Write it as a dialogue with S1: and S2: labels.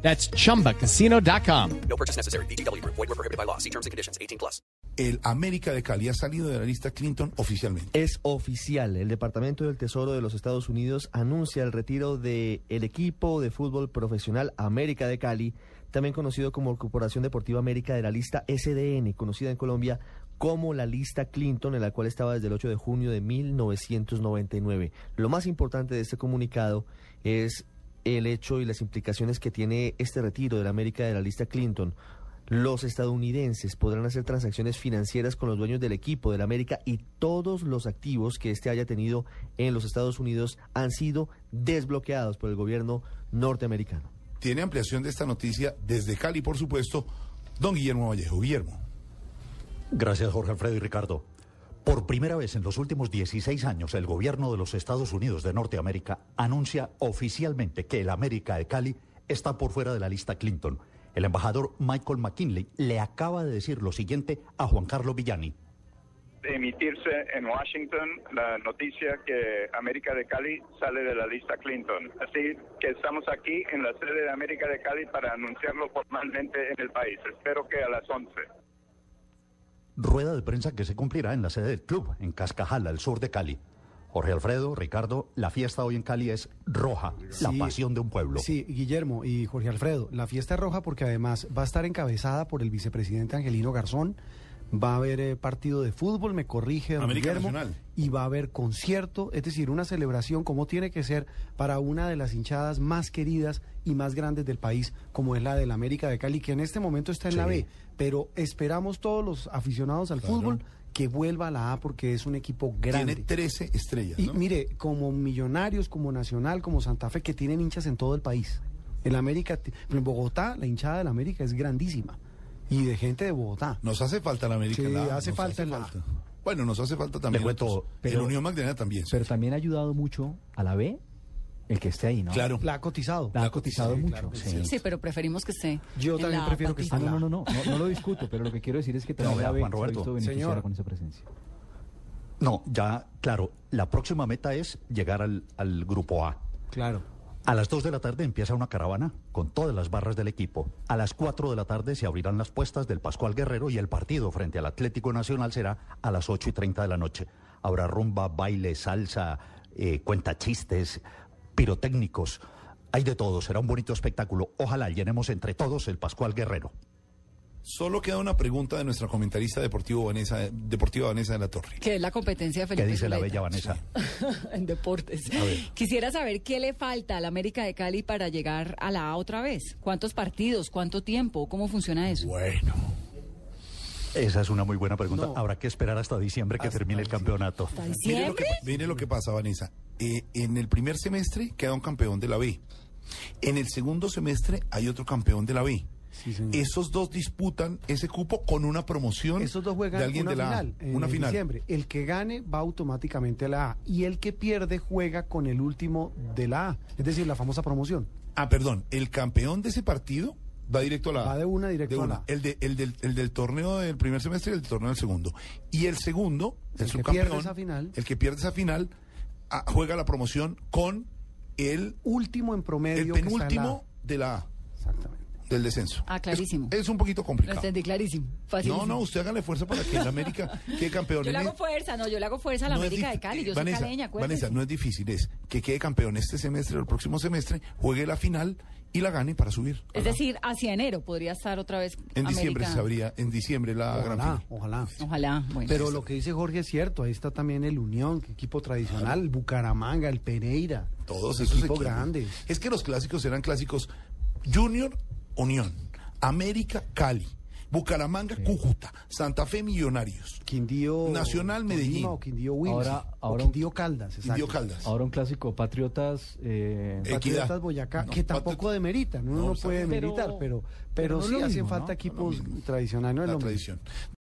S1: That's chumbacasino.com.
S2: No purchase necessary. BGW. Void were prohibited by law. See terms and conditions. 18 plus.
S3: el América de Cali ha salido de la lista Clinton oficialmente.
S4: Es oficial. El Departamento del Tesoro de los Estados Unidos anuncia el retiro del el equipo de fútbol profesional América de Cali, también conocido como Corporación Deportiva América de la lista SDN, conocida en Colombia como la lista Clinton, en la cual estaba desde el 8 de junio de 1999. Lo más importante de este comunicado es el hecho y las implicaciones que tiene este retiro del América de la lista Clinton. Los estadounidenses podrán hacer transacciones financieras con los dueños del equipo del América y todos los activos que éste haya tenido en los Estados Unidos han sido desbloqueados por el gobierno norteamericano.
S3: Tiene ampliación de esta noticia desde Cali, por supuesto, don Guillermo Vallejo. Guillermo.
S5: Gracias, Jorge Alfredo y Ricardo. Por primera vez en los últimos 16 años, el gobierno de los Estados Unidos de Norteamérica anuncia oficialmente que el América de Cali está por fuera de la lista Clinton. El embajador Michael McKinley le acaba de decir lo siguiente a Juan Carlos Villani.
S6: emitirse en Washington la noticia que América de Cali sale de la lista Clinton. Así que estamos aquí en la sede de América de Cali para anunciarlo formalmente en el país. Espero que a las 11.
S5: Rueda de prensa que se cumplirá en la sede del club, en Cascajala, al sur de Cali. Jorge Alfredo, Ricardo, la fiesta hoy en Cali es roja, la
S7: Sí,
S5: pasión de un pueblo.
S7: Sí, Guillermo y Jorge Alfredo, la fiesta es roja porque además va a estar encabezada por el vicepresidente Angelino Garzón, va a haber eh, partido de fútbol, me corrige don
S3: América
S7: Guillermo,
S3: Nacional.
S7: y va a haber concierto, es decir, una celebración como tiene que ser para una de las hinchadas más queridas y más grandes del país, como es la del América de Cali, que en este momento está en la
S5: Sí.
S7: B, pero esperamos todos los aficionados al fútbol que vuelva a la A porque es un equipo grande.
S3: Tiene 13 estrellas.
S7: Y
S3: ¿no?
S7: mire, como Millonarios, como Nacional, como Santa Fe, que tienen hinchas en todo el país. En América, ti- en Bogotá, la hinchada de la América es grandísima. Y de gente de Bogotá.
S3: Nos hace falta el América.
S7: Sí,
S3: en la A,
S7: hace
S3: nos
S7: falta en la A.
S3: Bueno, nos hace falta también.
S5: Le cuento,
S3: otros.
S8: pero-
S3: el Unión Magdalena también.
S8: Pero también ha ayudado mucho a la B el que esté ahí, ¿no?
S3: claro.
S7: La ha cotizado.
S8: La ha cotizado
S7: Sí,
S8: mucho.
S7: claro que
S8: sí.
S9: Sí, pero preferimos que esté.
S7: Yo
S9: en
S7: también
S9: la
S7: prefiero que esté
S8: Ah,
S9: Batista.
S8: no, no, no, no, no, no lo discuto, pero lo que quiero decir es que también
S5: vea,
S8: la B
S5: Juan
S8: se ha
S5: Roberto,
S8: visto beneficiada
S7: señor.
S8: con esa presencia.
S5: No, ya, claro, la próxima meta es llegar al- al grupo A.
S7: Claro.
S5: A las 2 de la tarde empieza una caravana con todas las barras del equipo. A las 4 de la tarde se abrirán las puestas del Pascual Guerrero y el partido frente al Atlético Nacional será a las 8 y 30 de la noche. Habrá rumba, baile, salsa, eh, cuentachistes, pirotécnicos. Hay de todo, será un bonito espectáculo. Ojalá llenemos entre todos el Pascual Guerrero.
S3: Solo queda una pregunta de nuestra comentarista deportivo Vanessa, deportiva Vanessa de la Torre.
S9: Que es la competencia de
S5: ¿Qué
S9: Felipe
S5: dice la bella
S9: Zuleta.
S5: Vanessa?
S9: en deportes. Quisiera saber qué le falta al América de Cali para llegar a la A otra vez. ¿Cuántos partidos? ¿Cuánto tiempo? ¿Cómo funciona eso?
S3: Bueno.
S5: Esa es una muy buena pregunta.
S7: No.
S5: Habrá que esperar hasta diciembre que termine el campeonato.
S3: Mire lo, que,
S9: ¿Diciembre?
S3: mire lo que pasa, Vanessa. Eh, en el primer semestre queda un campeón de la B. En el segundo semestre hay otro campeón de la B.
S7: Sí, señor.
S3: Esos dos disputan ese cupo con una promoción
S7: Esos dos juegan
S3: de alguien
S7: una
S3: de la A.
S7: final. eh, En
S3: una
S7: en
S3: final.
S7: diciembre. El que gane va automáticamente a la A. Y el que pierde juega con el último de la A. Es decir, la famosa promoción.
S3: Ah, perdón. El campeón de ese partido va directo a la A.
S7: Va de una directo
S3: Ah, De
S7: a la
S3: una.
S7: A.
S3: El, de- el del, el del torneo del primer semestre y el del torneo del segundo. Y el segundo, el,
S7: El que
S3: subcampeón,
S7: pierde esa final.
S3: el que pierde esa final, ah, juega la promoción con el,
S7: Último en promedio.
S3: el
S7: que está en la A.
S3: penúltimo de la A,
S7: Exactamente.
S3: del descenso.
S9: Ah, clarísimo.
S3: Es, es un poquito
S9: Lo
S3: complicado.
S9: entendí clarísimo.
S3: No,
S9: Facilísimo.
S3: no, usted hágale fuerza para que el América quede campeón.
S9: Yo le
S3: En
S9: hago
S3: el-
S9: fuerza, no, yo le hago fuerza a la
S3: no es
S9: América de
S3: dif-
S9: Cali.
S3: eh,
S9: Yo soy
S3: Vanessa,
S9: caleña, acuérdense.
S3: Vanessa, no es difícil, es que quede campeón este semestre o el próximo semestre, juegue la final y la gane para subir.
S9: Es decir, hacia enero podría estar otra vez
S3: En diciembre
S9: América. Ah,
S3: se sabría, en diciembre la gran
S7: Ojalá,
S3: final.
S7: ojalá.
S9: Ojalá, bueno.
S7: Pero lo que dice Jorge es cierto, ahí está también el Unión, que equipo tradicional, el Bucaramanga, el Pereira.
S3: Todos esos
S7: equipos
S3: equipos
S7: grandes.
S3: Es que los clásicos eran clásicos Junior, Unión, América, Cali, Bucaramanga, Cúcuta, Santa Fe, Millonarios.
S7: Quindío
S3: Nacional,
S7: Tolima
S3: Medellín.
S7: o Quindío Wilson.
S8: Ahora-
S7: o
S8: ahora-
S7: Quindío Caldas, exacto.
S3: Indio Caldas.
S8: Ahora un clásico, Patriotas... eh,
S3: Eh,
S7: Patriotas
S3: Equidad.
S7: Boyacá,
S3: No,
S7: que
S3: Patri-
S7: tampoco demeritan, uno
S3: No,
S7: no,
S3: está
S7: puede
S3: bien.
S7: demeritar,
S8: Pero-
S7: pero, pero,
S8: pero no es
S7: sí
S8: lo
S7: hacen
S8: mismo,
S7: falta
S8: ¿no?
S3: No es lo
S7: equipos
S3: mismo.
S7: tradicionales. no es
S3: la
S7: lo mismo.
S3: tradición.